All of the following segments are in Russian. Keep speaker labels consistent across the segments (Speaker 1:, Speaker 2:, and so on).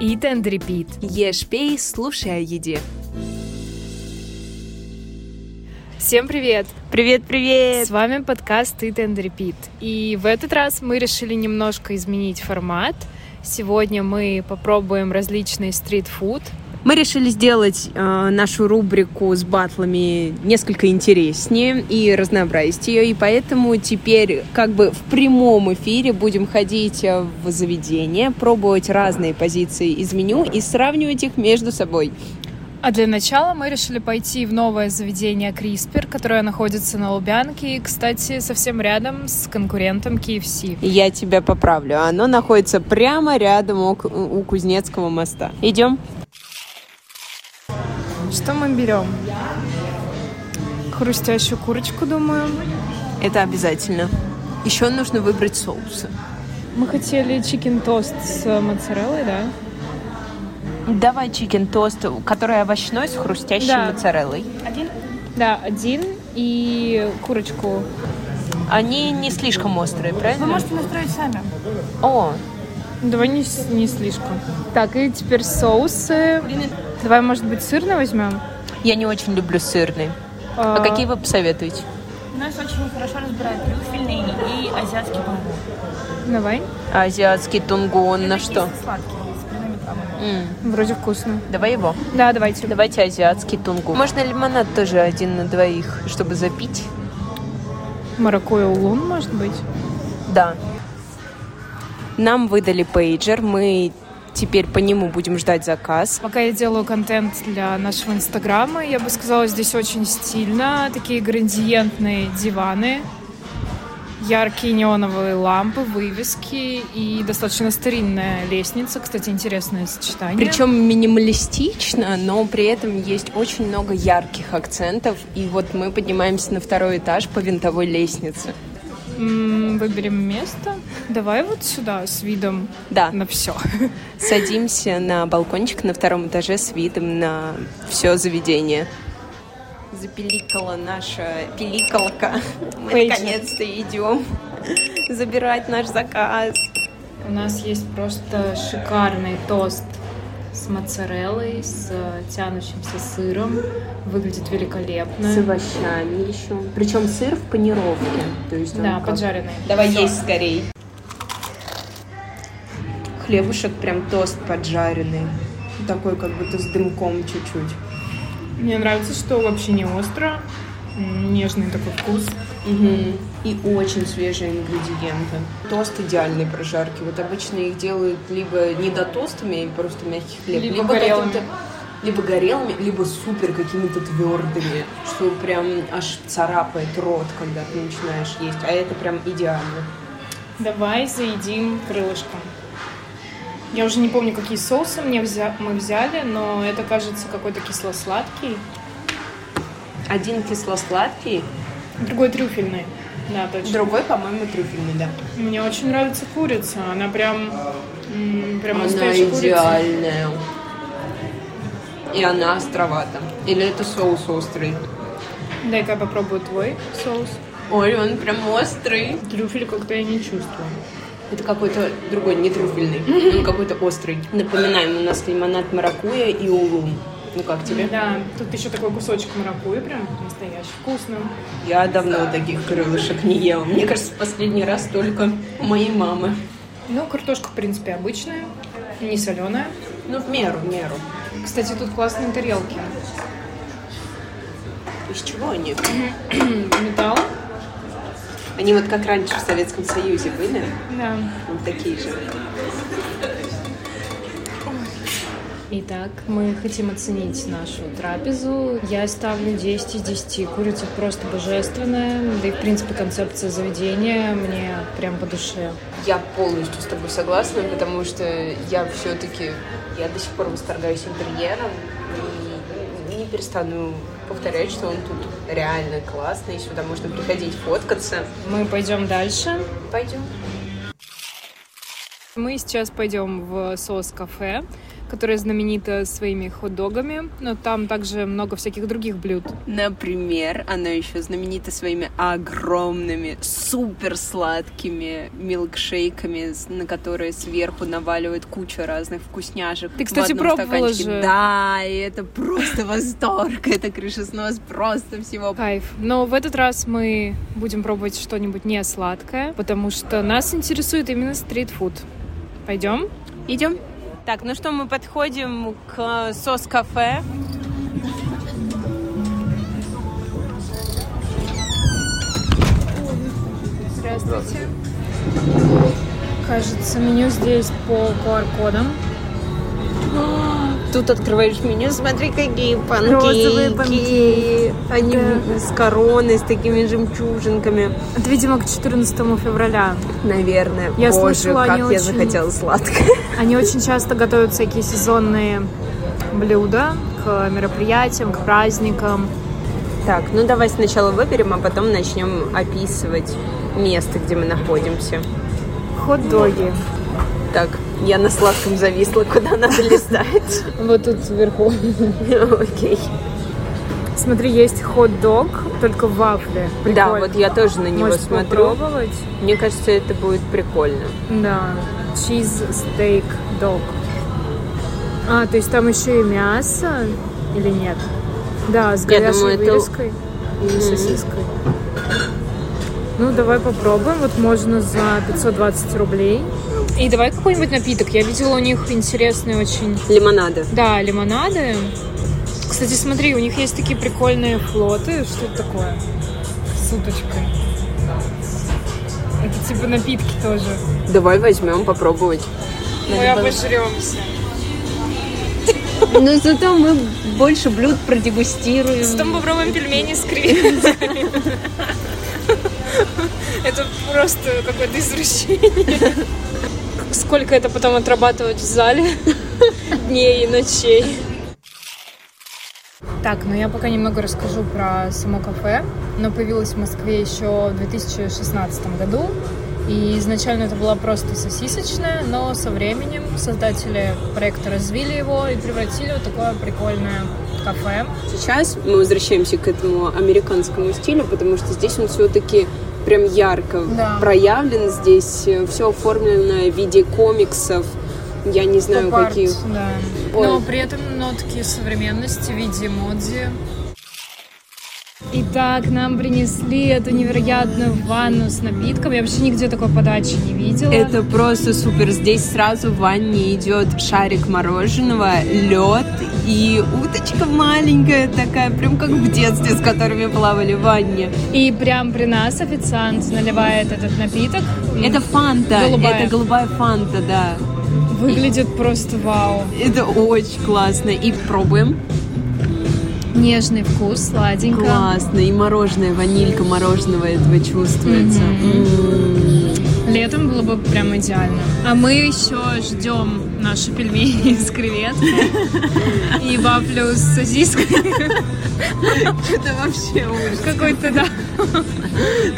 Speaker 1: Eat and Repeat.
Speaker 2: Ешь, пей, слушай о еде.
Speaker 1: Всем привет!
Speaker 3: Привет-привет!
Speaker 1: С вами подкаст Eat and Repeat. И в этот раз мы решили немножко изменить формат. Сегодня мы попробуем различный стритфуд.
Speaker 3: Мы решили сделать э, нашу рубрику с батлами несколько интереснее и разнообразить ее, и поэтому теперь как бы в прямом эфире будем ходить э, в заведение, пробовать разные позиции из меню и сравнивать их между собой.
Speaker 1: А для начала мы решили пойти в новое заведение Криспер, которое находится на Лубянке и, кстати, совсем рядом с конкурентом KFC.
Speaker 3: Я тебя поправлю, оно находится прямо рядом ок- у Кузнецкого моста. Идем?
Speaker 1: Что мы берем? Хрустящую курочку, думаю.
Speaker 3: Это обязательно. Еще нужно выбрать соусы.
Speaker 1: Мы хотели чикен тост с моцареллой, да?
Speaker 3: Давай чикен тост, который овощной с хрустящей
Speaker 1: Да.
Speaker 3: моцареллой.
Speaker 1: Один? Да, один и курочку.
Speaker 3: Они не слишком острые, правильно?
Speaker 1: настроить сами.
Speaker 3: О,
Speaker 1: Давай не, с- не слишком. Так, и теперь соусы. Давай, может быть, сырный возьмем?
Speaker 3: я не очень люблю сырный. А, какие вы посоветуете?
Speaker 4: У нас очень хорошо разбирают трюфельный и азиатский бамбук.
Speaker 1: Давай.
Speaker 3: Азиатский тунгун на что?
Speaker 4: Сладкий, с прямыми травами.
Speaker 3: М,
Speaker 1: Вроде вкусно.
Speaker 3: давай его.
Speaker 1: Да, давайте.
Speaker 3: Давайте азиатский тунгун. Можно лимонад тоже один на двоих, чтобы запить?
Speaker 1: Маракуйя улун, может быть?
Speaker 3: Да. Нам выдали пейджер, мы теперь по нему будем ждать заказ.
Speaker 1: Пока я делаю контент для нашего инстаграма, я бы сказала, здесь очень стильно. Такие градиентные диваны, яркие неоновые лампы, вывески и достаточно старинная лестница. Кстати, интересное сочетание.
Speaker 3: Причем минималистично, но при этом есть очень много ярких акцентов. И вот мы поднимаемся на второй этаж по винтовой лестнице.
Speaker 1: М, выберем место. Давай вот сюда с видом
Speaker 3: Да,
Speaker 1: на все.
Speaker 3: садимся на балкончик на втором этаже с видом на все заведение. Запеликала наша пеликалка. Мы
Speaker 1: Пейджер.
Speaker 3: наконец-то идем забирать наш заказ.
Speaker 1: У нас есть просто шикарный тост с моцареллой, с тянущимся сыром. Выглядит великолепно.
Speaker 3: овощами еще. Причем сыр в панировке. То есть
Speaker 1: Да, поджаренный.
Speaker 3: Давай есть скорей. Хлебушек прям тост поджаренный. Такой как будто с дымком чуть-чуть.
Speaker 1: Мне нравится, что вообще не остро, м, нежный такой вкус.
Speaker 3: Мгм. И очень свежие ингредиенты. Тост идеальной прожарки. Вот обычно их делают либо не до тостами, просто мягкий хлеб,
Speaker 1: Либо горелыми.
Speaker 3: каким-то- либо горелыми, либо супер какими-то твердыми, что прям аж царапает рот, когда ты начинаешь есть. А это прям идеально.
Speaker 1: Давай заедим крылышком. Я уже не помню, какие соусы мне взя- мы взяли, но это кажется какой-то кисло-сладкий,
Speaker 3: Один кисло-сладкий,
Speaker 1: другой трюфельный. Да, точно.
Speaker 3: другой, по-моему, трюфельный, да.
Speaker 1: Мне очень нравится курица, она прям, м, прям
Speaker 3: Она
Speaker 1: настоящая курица.
Speaker 3: идеальная. И она островата. Или это соус острый?
Speaker 1: Дай-ка я попробую твой соус.
Speaker 3: Ой, он прям острый.
Speaker 1: Трюфель как-то я не чувствую.
Speaker 3: Это какой-то другой, не трюфельный. Он какой-то острый. Напоминаем, у нас лимонад маракуйя и улун. Ну как тебе?
Speaker 1: Да, тут еще такой кусочек маракуйи прям настоящий, вкусно.
Speaker 3: Я давно таких крылышек не ела. Мне кажется, в последний раз только у моей мамы.
Speaker 1: Ну, картошка, в принципе, обычная, не соленая.
Speaker 3: Ну, в меру, в меру.
Speaker 1: Кстати, тут классные тарелки.
Speaker 3: Из чего они?
Speaker 1: Металл.
Speaker 3: Они вот как раньше в Советском Союзе были.
Speaker 1: Да.
Speaker 3: Вот такие же.
Speaker 1: Итак, мы хотим оценить нашу трапезу. Я ставлю 10 из 10. Курица просто божественная. Да и, в принципе, концепция заведения мне прям по душе.
Speaker 3: Я полностью с тобой согласна, потому что я все-таки, я до сих пор восторгаюсь интерьером и не перестану повторять, что он тут реально классный, сюда можно приходить фоткаться.
Speaker 1: Мы пойдем дальше.
Speaker 3: Пойдем.
Speaker 1: Мы сейчас пойдем в сос-кафе. которая знаменита своими хот-догами, но там также много всяких других блюд.
Speaker 3: Например, она еще знаменита своими огромными, супер сладкими милкшейками, с- на которые сверху наваливают кучу разных вкусняшек.
Speaker 1: Ты,
Speaker 3: в
Speaker 1: кстати,
Speaker 3: одном
Speaker 1: пробовала
Speaker 3: стаканчике.
Speaker 1: же.
Speaker 3: Да, и это просто восторг, это крышеснос просто всего.
Speaker 1: Кайф. Но в этот раз мы будем пробовать что-нибудь не сладкое, потому что нас интересует именно стритфуд. Пойдем?
Speaker 3: Идем. Так, ну что, мы подходим к сос-кафе.
Speaker 1: Здравствуйте. Кажется, меню здесь по QR-кодам.
Speaker 3: Тут открываешь меню, смотри, какие панкейки. Они с короной, с такими жемчужинками.
Speaker 1: Это, видимо, к 14 февраля.
Speaker 3: Наверное.
Speaker 1: Я
Speaker 3: Боже,
Speaker 1: слышала,
Speaker 3: как
Speaker 1: они
Speaker 3: я
Speaker 1: очень-
Speaker 3: захотела сладко.
Speaker 1: Они очень часто готовят всякие сезонные блюда к мероприятиям, к праздникам.
Speaker 3: Так, ну давай сначала выберем, а потом начнем описывать место, где мы находимся.
Speaker 1: Хот-доги.
Speaker 3: Так, я на сладком зависла, куда надо листать.
Speaker 1: Вот тут сверху.
Speaker 3: Окей.
Speaker 1: Смотри, есть хот-дог, только в вафле.
Speaker 3: Да,
Speaker 1: Прикольно.
Speaker 3: вот я тоже на него
Speaker 1: Можешь
Speaker 3: смотрю.
Speaker 1: попробовать?
Speaker 3: Мне кажется, это будет прикольно.
Speaker 1: Да, чиз стейк дог. А, то есть там еще и мясо или нет? Да, с
Speaker 3: Я
Speaker 1: говяжьей
Speaker 3: думаю, это-
Speaker 1: вырезкой или
Speaker 3: Мгм.
Speaker 1: сосиской. Ну, давай попробуем. Вот можно за 520 рублей. И давай какой-нибудь напиток. Я видела у них интересные очень...
Speaker 3: Лимонада.
Speaker 1: Да, лимонады. Кстати, смотри, у них есть такие прикольные флоты. Что это такое? С уточкой. Это типа напитки тоже.
Speaker 3: Давай возьмем попробовать.
Speaker 1: Мы обожремся.
Speaker 3: Но зато мы больше блюд продегустируем.
Speaker 1: Потом попробуем пельмени с креветками. Это просто какое-то извращение. Сколько это потом отрабатывать в зале дней и ночей. Так, ну я пока немного расскажу про само кафе. Оно появилось в Москве еще в 2016 году. И изначально это была просто сосисочная, но со временем создатели проекта развили его и превратили в такое прикольное кафе.
Speaker 3: Сейчас мы возвращаемся к этому американскому стилю, потому что здесь он все-таки прям ярко
Speaker 1: Да.
Speaker 3: проявлен. Здесь все оформлено в виде комиксов. Я не знаю,
Speaker 1: Поп-арт,
Speaker 3: каких.
Speaker 1: да.
Speaker 3: Ой.
Speaker 1: Но при этом нотки современности в виде эмодзи. Итак, нам принесли эту невероятную ванну с напитком. Я вообще нигде такой подачи не видела.
Speaker 3: Это просто супер. Здесь сразу в ванне идет шарик мороженого, лед и уточка маленькая такая, прям как в детстве, с которыми плавали в ванне.
Speaker 1: И прям при нас официант наливает этот напиток.
Speaker 3: Это фанта,
Speaker 1: Голубая.
Speaker 3: это голубая фанта, да.
Speaker 1: Выглядит просто вау.
Speaker 3: Это очень классно. И пробуем.
Speaker 1: Нежный вкус, сладенько.
Speaker 3: Классно, и мороженое, ванилька мороженого этого чувствуется. М.
Speaker 1: Летом было бы прям идеально. А мы еще ждем наши пельмени с креветкой и вафлю с сосиской.
Speaker 3: Это вообще ужас.
Speaker 1: Какой-то, да.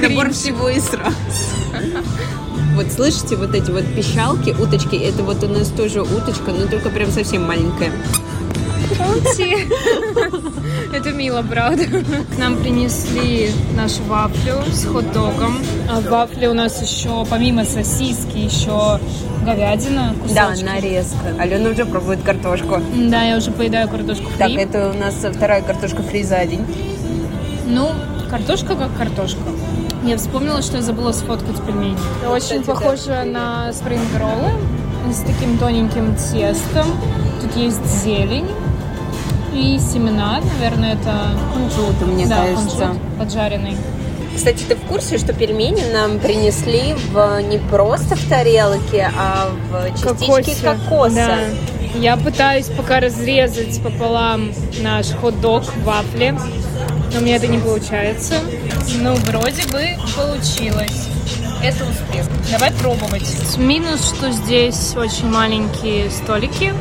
Speaker 3: Набор всего и сразу. Вот слышите вот эти вот пищалки, уточки, это вот у нас тоже уточка, но только прям совсем маленькая.
Speaker 1: Молчи. Это мило, правда. К нам принесли нашу вафлю с хот-догом. А в вафле у нас еще, помимо сосиски, еще говядина, кусочки.
Speaker 3: нарезка. Алена уже пробует картошку.
Speaker 1: Да, я уже поедаю картошку фри.
Speaker 3: Так, это у нас вторая картошка фри за день.
Speaker 1: Ну, картошка как картошка. Я вспомнила, что я забыла сфоткать пельмени. Это очень
Speaker 3: Кстати, да,
Speaker 1: похоже
Speaker 3: привет.
Speaker 1: на спринг-роллы с таким тоненьким тестом. Тут есть зелень и семена. Наверное, это
Speaker 3: Кунжута, мне
Speaker 1: да,
Speaker 3: кажется.
Speaker 1: кунжут поджаренный.
Speaker 3: Кстати, ты в курсе, что пельмени нам принесли в не просто в тарелке, а в частичке кокоса?
Speaker 1: Да. Я пытаюсь пока разрезать пополам наш хот-дог в вафле, но у меня это не получается. Ну, вроде бы получилось. Это успех. Давай пробовать. Минус, что здесь очень маленькие столики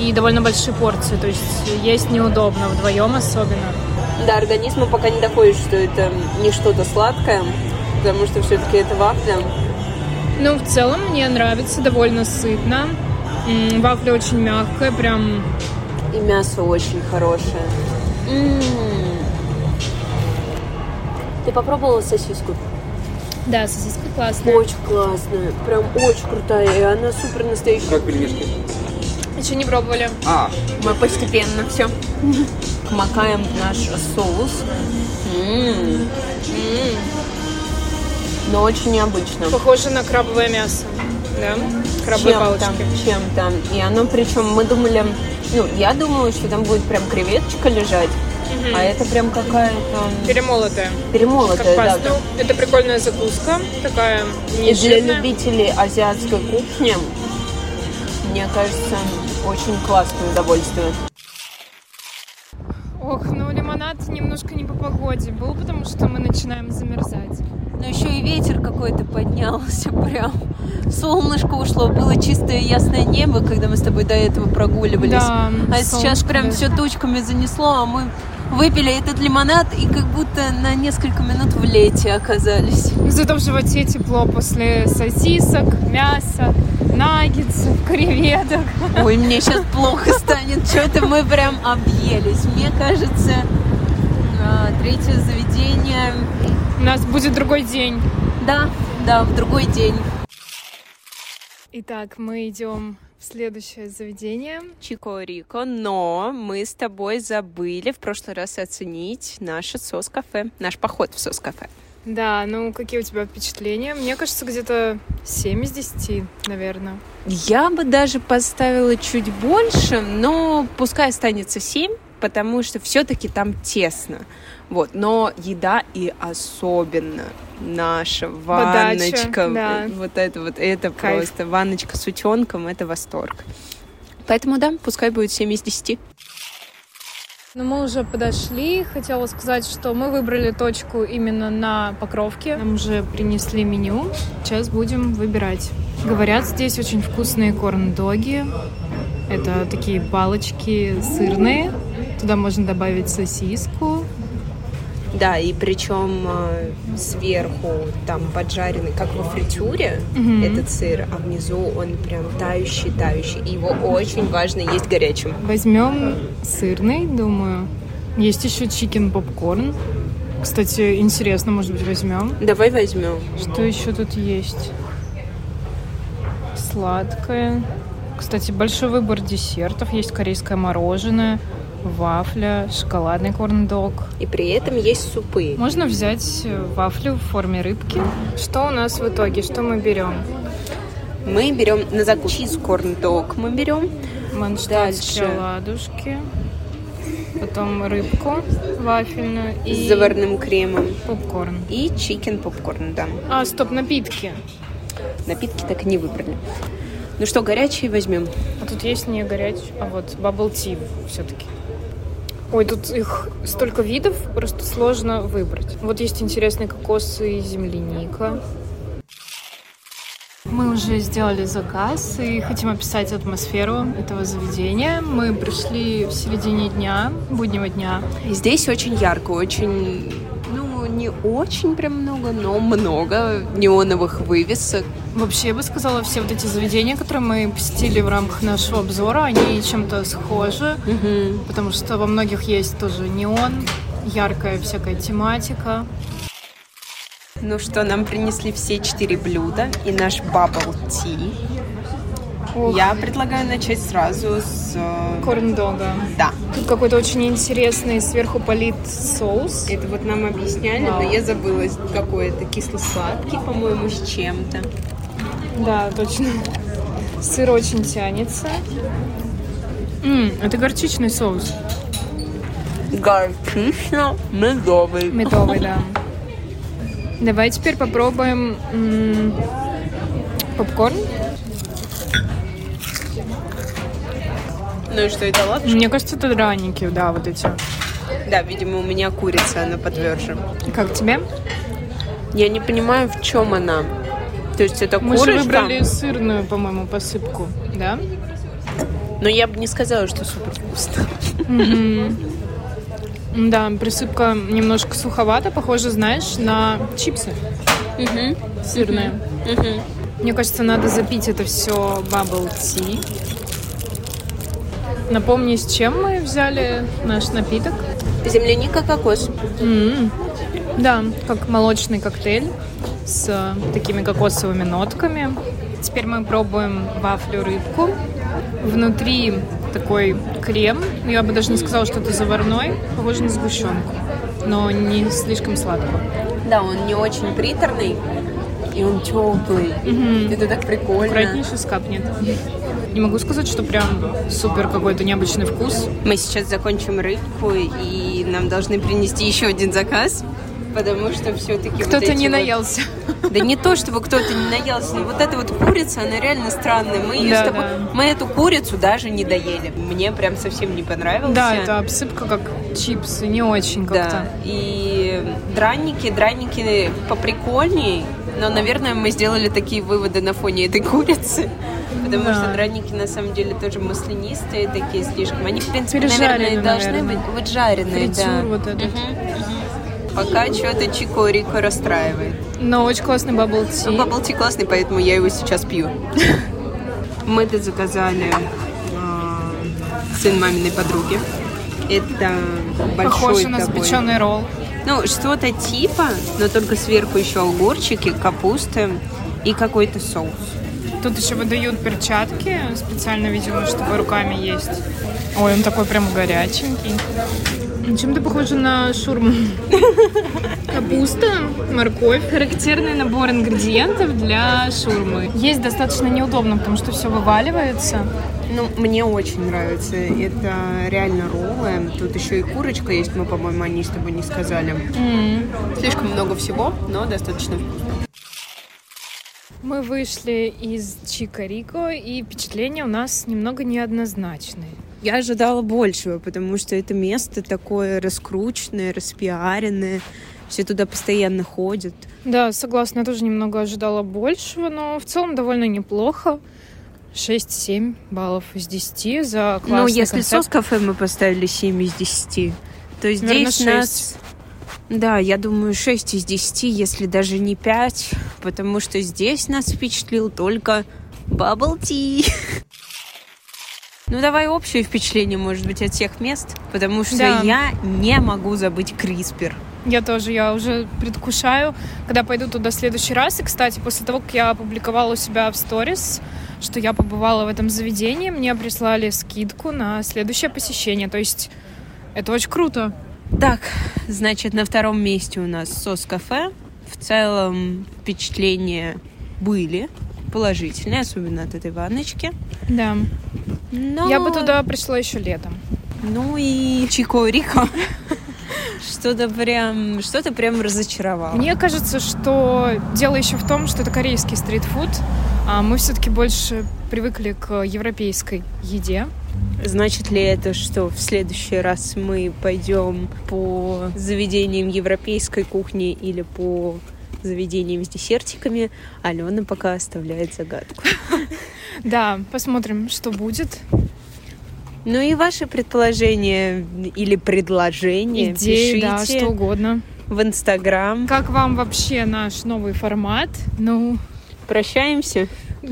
Speaker 1: и довольно большие порции, то есть есть неудобно вдвоем особенно.
Speaker 3: До организма пока не доходит, что это не что-то сладкое, потому что все-таки это вафля.
Speaker 1: Ну, в целом мне нравится, довольно сытно. М, Вафля очень мягкая, прям
Speaker 3: И мясо очень хорошее. Ммм. Ты попробовала сосиску?
Speaker 1: да, сосиска классная.
Speaker 3: Очень классная, прям очень крутая, и она супер настоящая.
Speaker 5: Как пельмешки?
Speaker 1: Еще не пробовали.
Speaker 5: А,
Speaker 2: Мы постепенно все макаем в наш соус. М. М. Но очень необычно.
Speaker 1: Похоже на крабовое мясо, да? Крабовые
Speaker 2: Чем-то,
Speaker 1: палочки.
Speaker 2: чем-то. И оно причем, мы думали, ну, я думала, что там будет прям креветочка лежать, а это прям какая-то
Speaker 1: Перемолотая.
Speaker 2: перемолотая,
Speaker 1: Как
Speaker 2: да,
Speaker 1: пасту. Это прикольная закуска, такая
Speaker 2: И для
Speaker 1: нежирная.
Speaker 2: любителей азиатской кухни, мне кажется, очень классное удовольствие.
Speaker 1: Ох, ну лимонад немножко не по погоде был, потому что мы начинаем замерзать.
Speaker 6: Но еще и ветер какой-то поднялся прям. Солнышко ушло, было чистое ясное небо, когда мы с тобой до этого прогуливались.
Speaker 1: Да,
Speaker 6: а сейчас
Speaker 1: солнышко,
Speaker 6: прям
Speaker 1: да.
Speaker 6: все тучками занесло, а мы выпили этот лимонад и как будто на несколько минут в лете оказались.
Speaker 1: Зато в животе тепло после сосисок, мяса, наггетсов, креветок.
Speaker 6: Ой, мне сейчас плохо станет, что-то мы прям объелись. Мне кажется, а, третье заведение,
Speaker 1: У нас будет другой день.
Speaker 6: да, да, в другой день.
Speaker 1: Итак, мы идем в следующее заведение.
Speaker 3: Чико-Рико, но мы с тобой забыли в прошлый раз оценить наше сос-кафе, наш поход в сос-кафе.
Speaker 1: Да, ну какие у тебя впечатления? Мне кажется, где-то 7 из 10, наверное.
Speaker 3: Я бы даже поставила чуть больше, но пускай останется 7, потому что все-таки там тесно. Вот, но еда и особенно наша
Speaker 1: Подача,
Speaker 3: ванночка,
Speaker 1: да.
Speaker 3: вот это вот, это
Speaker 1: Кайф.
Speaker 3: просто ванночка с утенком, это восторг. Поэтому да, пускай будет 7 из 10.
Speaker 1: Но мы уже подошли. Хотела сказать, что мы выбрали точку именно на Покровке. Нам уже принесли меню. Сейчас будем выбирать. Говорят, здесь очень вкусные корн-доги. Это такие палочки сырные. Туда можно добавить сосиску.
Speaker 3: Да, и причем э, сверху там поджаренный, как во фритюре,
Speaker 1: Мгм.
Speaker 3: этот сыр, а внизу он прям тающий, тающий. И его очень важно есть горячим.
Speaker 1: Возьмем сырный, думаю. Есть еще чикен попкорн. Кстати, интересно, может быть, возьмем.
Speaker 3: Давай возьмем.
Speaker 1: Что еще тут есть? Сладкое. Кстати, большой выбор десертов. Есть корейское мороженое, вафля, шоколадный корн-дог.
Speaker 3: И при этом есть супы.
Speaker 1: Можно взять э, вафлю в форме рыбки. Что у нас в итоге? Что мы берем?
Speaker 3: Мы берем на закуску корн-дог мы берем.
Speaker 1: Манштатские
Speaker 3: Дальше.
Speaker 1: ладушки, потом рыбку вафельную и
Speaker 3: с заварным кремом.
Speaker 1: попкорн.
Speaker 3: И чикен попкорн, да.
Speaker 1: А, стоп, напитки.
Speaker 3: Напитки так и не выбрали. Ну что, горячие возьмем?
Speaker 1: А тут есть не горячий, а вот bubble tea все-таки. Ой, тут их столько видов, просто сложно выбрать. Вот есть интересные кокосы и земляника. Мы уже сделали заказ и хотим описать атмосферу этого заведения. Мы пришли в середине дня, буднего дня.
Speaker 3: И здесь очень ярко, очень... Ну, не очень прям много, но много неоновых вывесок.
Speaker 1: Вообще, я бы сказала, все вот эти заведения, которые мы посетили в рамках нашего обзора, они чем-то схожи. потому что во многих есть тоже неон, яркая всякая тематика.
Speaker 3: Ну что, нам принесли все четыре блюда и наш bubble tea. Я предлагаю начать сразу с... э,
Speaker 1: корндога.
Speaker 3: Да.
Speaker 1: Тут какой-то очень интересный сверху полит соус.
Speaker 3: Это вот нам объясняли, но я забыла, какой это кисло-сладкий, по-моему, с чем-то.
Speaker 1: Да, точно. Сыр очень тянется. М, это горчичный соус.
Speaker 3: Горчично-медовый.
Speaker 1: Медовый, да. Давай теперь попробуем м, попкорн.
Speaker 3: Ну и что, это ладно?
Speaker 1: Мне кажется, это драники, да, вот эти.
Speaker 3: Да, видимо, у меня курица, она подверже.
Speaker 1: Как тебе?
Speaker 3: Я не понимаю, в чем она. То есть это
Speaker 1: Мы же
Speaker 3: курочка,
Speaker 1: выбрали сырную, по-моему, посыпку, да?
Speaker 3: но я бы не сказала, что супер вкусно.
Speaker 1: Да, присыпка немножко суховата, похоже, знаешь, на чипсы сырные. Мне кажется, надо запить это все bubble tea. Напомни, с чем мы взяли наш напиток.
Speaker 3: Земляника, кокос.
Speaker 1: М, Да, как молочный коктейль с э, такими кокосовыми нотками. Теперь мы пробуем вафлю рыбку. Внутри такой крем. Я бы даже не сказала, что это заварной. Похоже на сгущенку, но не слишком сладко.
Speaker 3: Да, он не очень приторный. И он теплый. Это так прикольно.
Speaker 1: Аккуратнее сейчас капнет. Не могу сказать, что прям супер какой-то необычный вкус.
Speaker 3: Мы сейчас закончим рыбку, и нам должны принести еще один заказ, потому что все-таки
Speaker 1: Кто-то не наелся.
Speaker 3: Да не то, чтобы кто-то не наелся, но вот эта вот курица, она реально странная. Мы, её с
Speaker 1: Да,
Speaker 3: тобой-
Speaker 1: да.
Speaker 3: мы эту курицу даже не доели. Мне прям совсем не понравился.
Speaker 1: Да, это обсыпка как чипсы, не очень
Speaker 3: Да.
Speaker 1: как-то.
Speaker 3: И драники, драники поприкольней, но, наверное, мы сделали такие выводы на фоне этой курицы. Потому
Speaker 1: Да.
Speaker 3: что драники на самом деле тоже маслянистые такие слишком. Они, в принципе, наверное, и
Speaker 1: Пережаренные,
Speaker 3: должны
Speaker 1: наверное.
Speaker 3: быть вот жареные,
Speaker 1: Фритюр
Speaker 3: да.
Speaker 1: вот этот.
Speaker 3: Пока что-то чикорико расстраивает.
Speaker 1: Но очень классный бабл ти.
Speaker 3: Ну, бабл ти классный, поэтому я его сейчас пью. Мы это заказали э, сын маминой подруги. Это большой
Speaker 1: Похож на
Speaker 3: такой-
Speaker 1: запеченный ролл.
Speaker 3: Ну, что-то типа, но только сверху еще огурчики, капусты и какой-то соус.
Speaker 1: Тут еще выдают перчатки специально, видимо, чтобы руками есть. Ой, он такой прям горяченький. Ну, Чем-то похоже на шурму. Капуста, морковь. Характерный набор ингредиентов для шурмы. Есть достаточно неудобно, потому что все вываливается.
Speaker 3: Ну, мне очень нравится. Это реально роллы. Тут еще и курочка есть, мы, по-моему, они с тобой не сказали.
Speaker 1: М.
Speaker 3: Слишком много всего, но достаточно
Speaker 1: Мы вышли из Чикарико, и впечатления у нас немного неоднозначные.
Speaker 3: Я ожидала большего, потому что это место такое раскрученное, распиаренное. Все туда постоянно ходят.
Speaker 1: Да, согласна, я тоже немного ожидала большего, но в целом довольно неплохо. 6-7 баллов из 10 за классный
Speaker 3: Но Ну, если
Speaker 1: концепт.
Speaker 3: сос кафе мы поставили 7 из 10, то
Speaker 1: Наверное,
Speaker 3: здесь
Speaker 1: шесть.
Speaker 3: нас... Да, я думаю, 6 из 10, если даже не 5, потому что здесь нас впечатлил только bubble tea. Ну, давай общее впечатление, может быть, от всех мест, потому что
Speaker 1: Да.
Speaker 3: я не могу забыть Криспер.
Speaker 1: Я тоже, я уже предвкушаю, когда пойду туда в следующий раз. И, кстати, после того, как я опубликовала у себя в сторис, что я побывала в этом заведении, мне прислали скидку на следующее посещение. То есть это очень круто.
Speaker 3: Так, значит, на втором месте у нас сос кафе. В целом впечатления были положительные, особенно от этой ванночки.
Speaker 1: Да.
Speaker 3: Но...
Speaker 1: Я бы туда пришла еще летом.
Speaker 3: Ну и Чикорико. Что-то прям, что-то прям разочаровало.
Speaker 1: Мне кажется, что дело еще в том, что это корейский стритфуд, а мы все-таки больше привыкли к европейской еде.
Speaker 3: Значит ли это, что в следующий раз мы пойдем по заведениям европейской кухни или по заведениям с десертиками? Алена пока оставляет загадку.
Speaker 1: Да, посмотрим, что будет.
Speaker 3: Ну и ваши предположения или предложения
Speaker 1: Идеи, да,
Speaker 3: пишите
Speaker 1: что угодно.
Speaker 3: в Инстаграм.
Speaker 1: Как вам вообще наш новый формат? Ну,
Speaker 3: Прощаемся.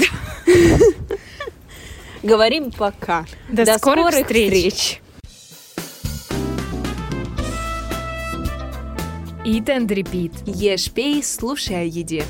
Speaker 3: Говорим пока.
Speaker 1: до, скорых, встреч. Eat and repeat.
Speaker 7: Ешь, пей, слушай о еде.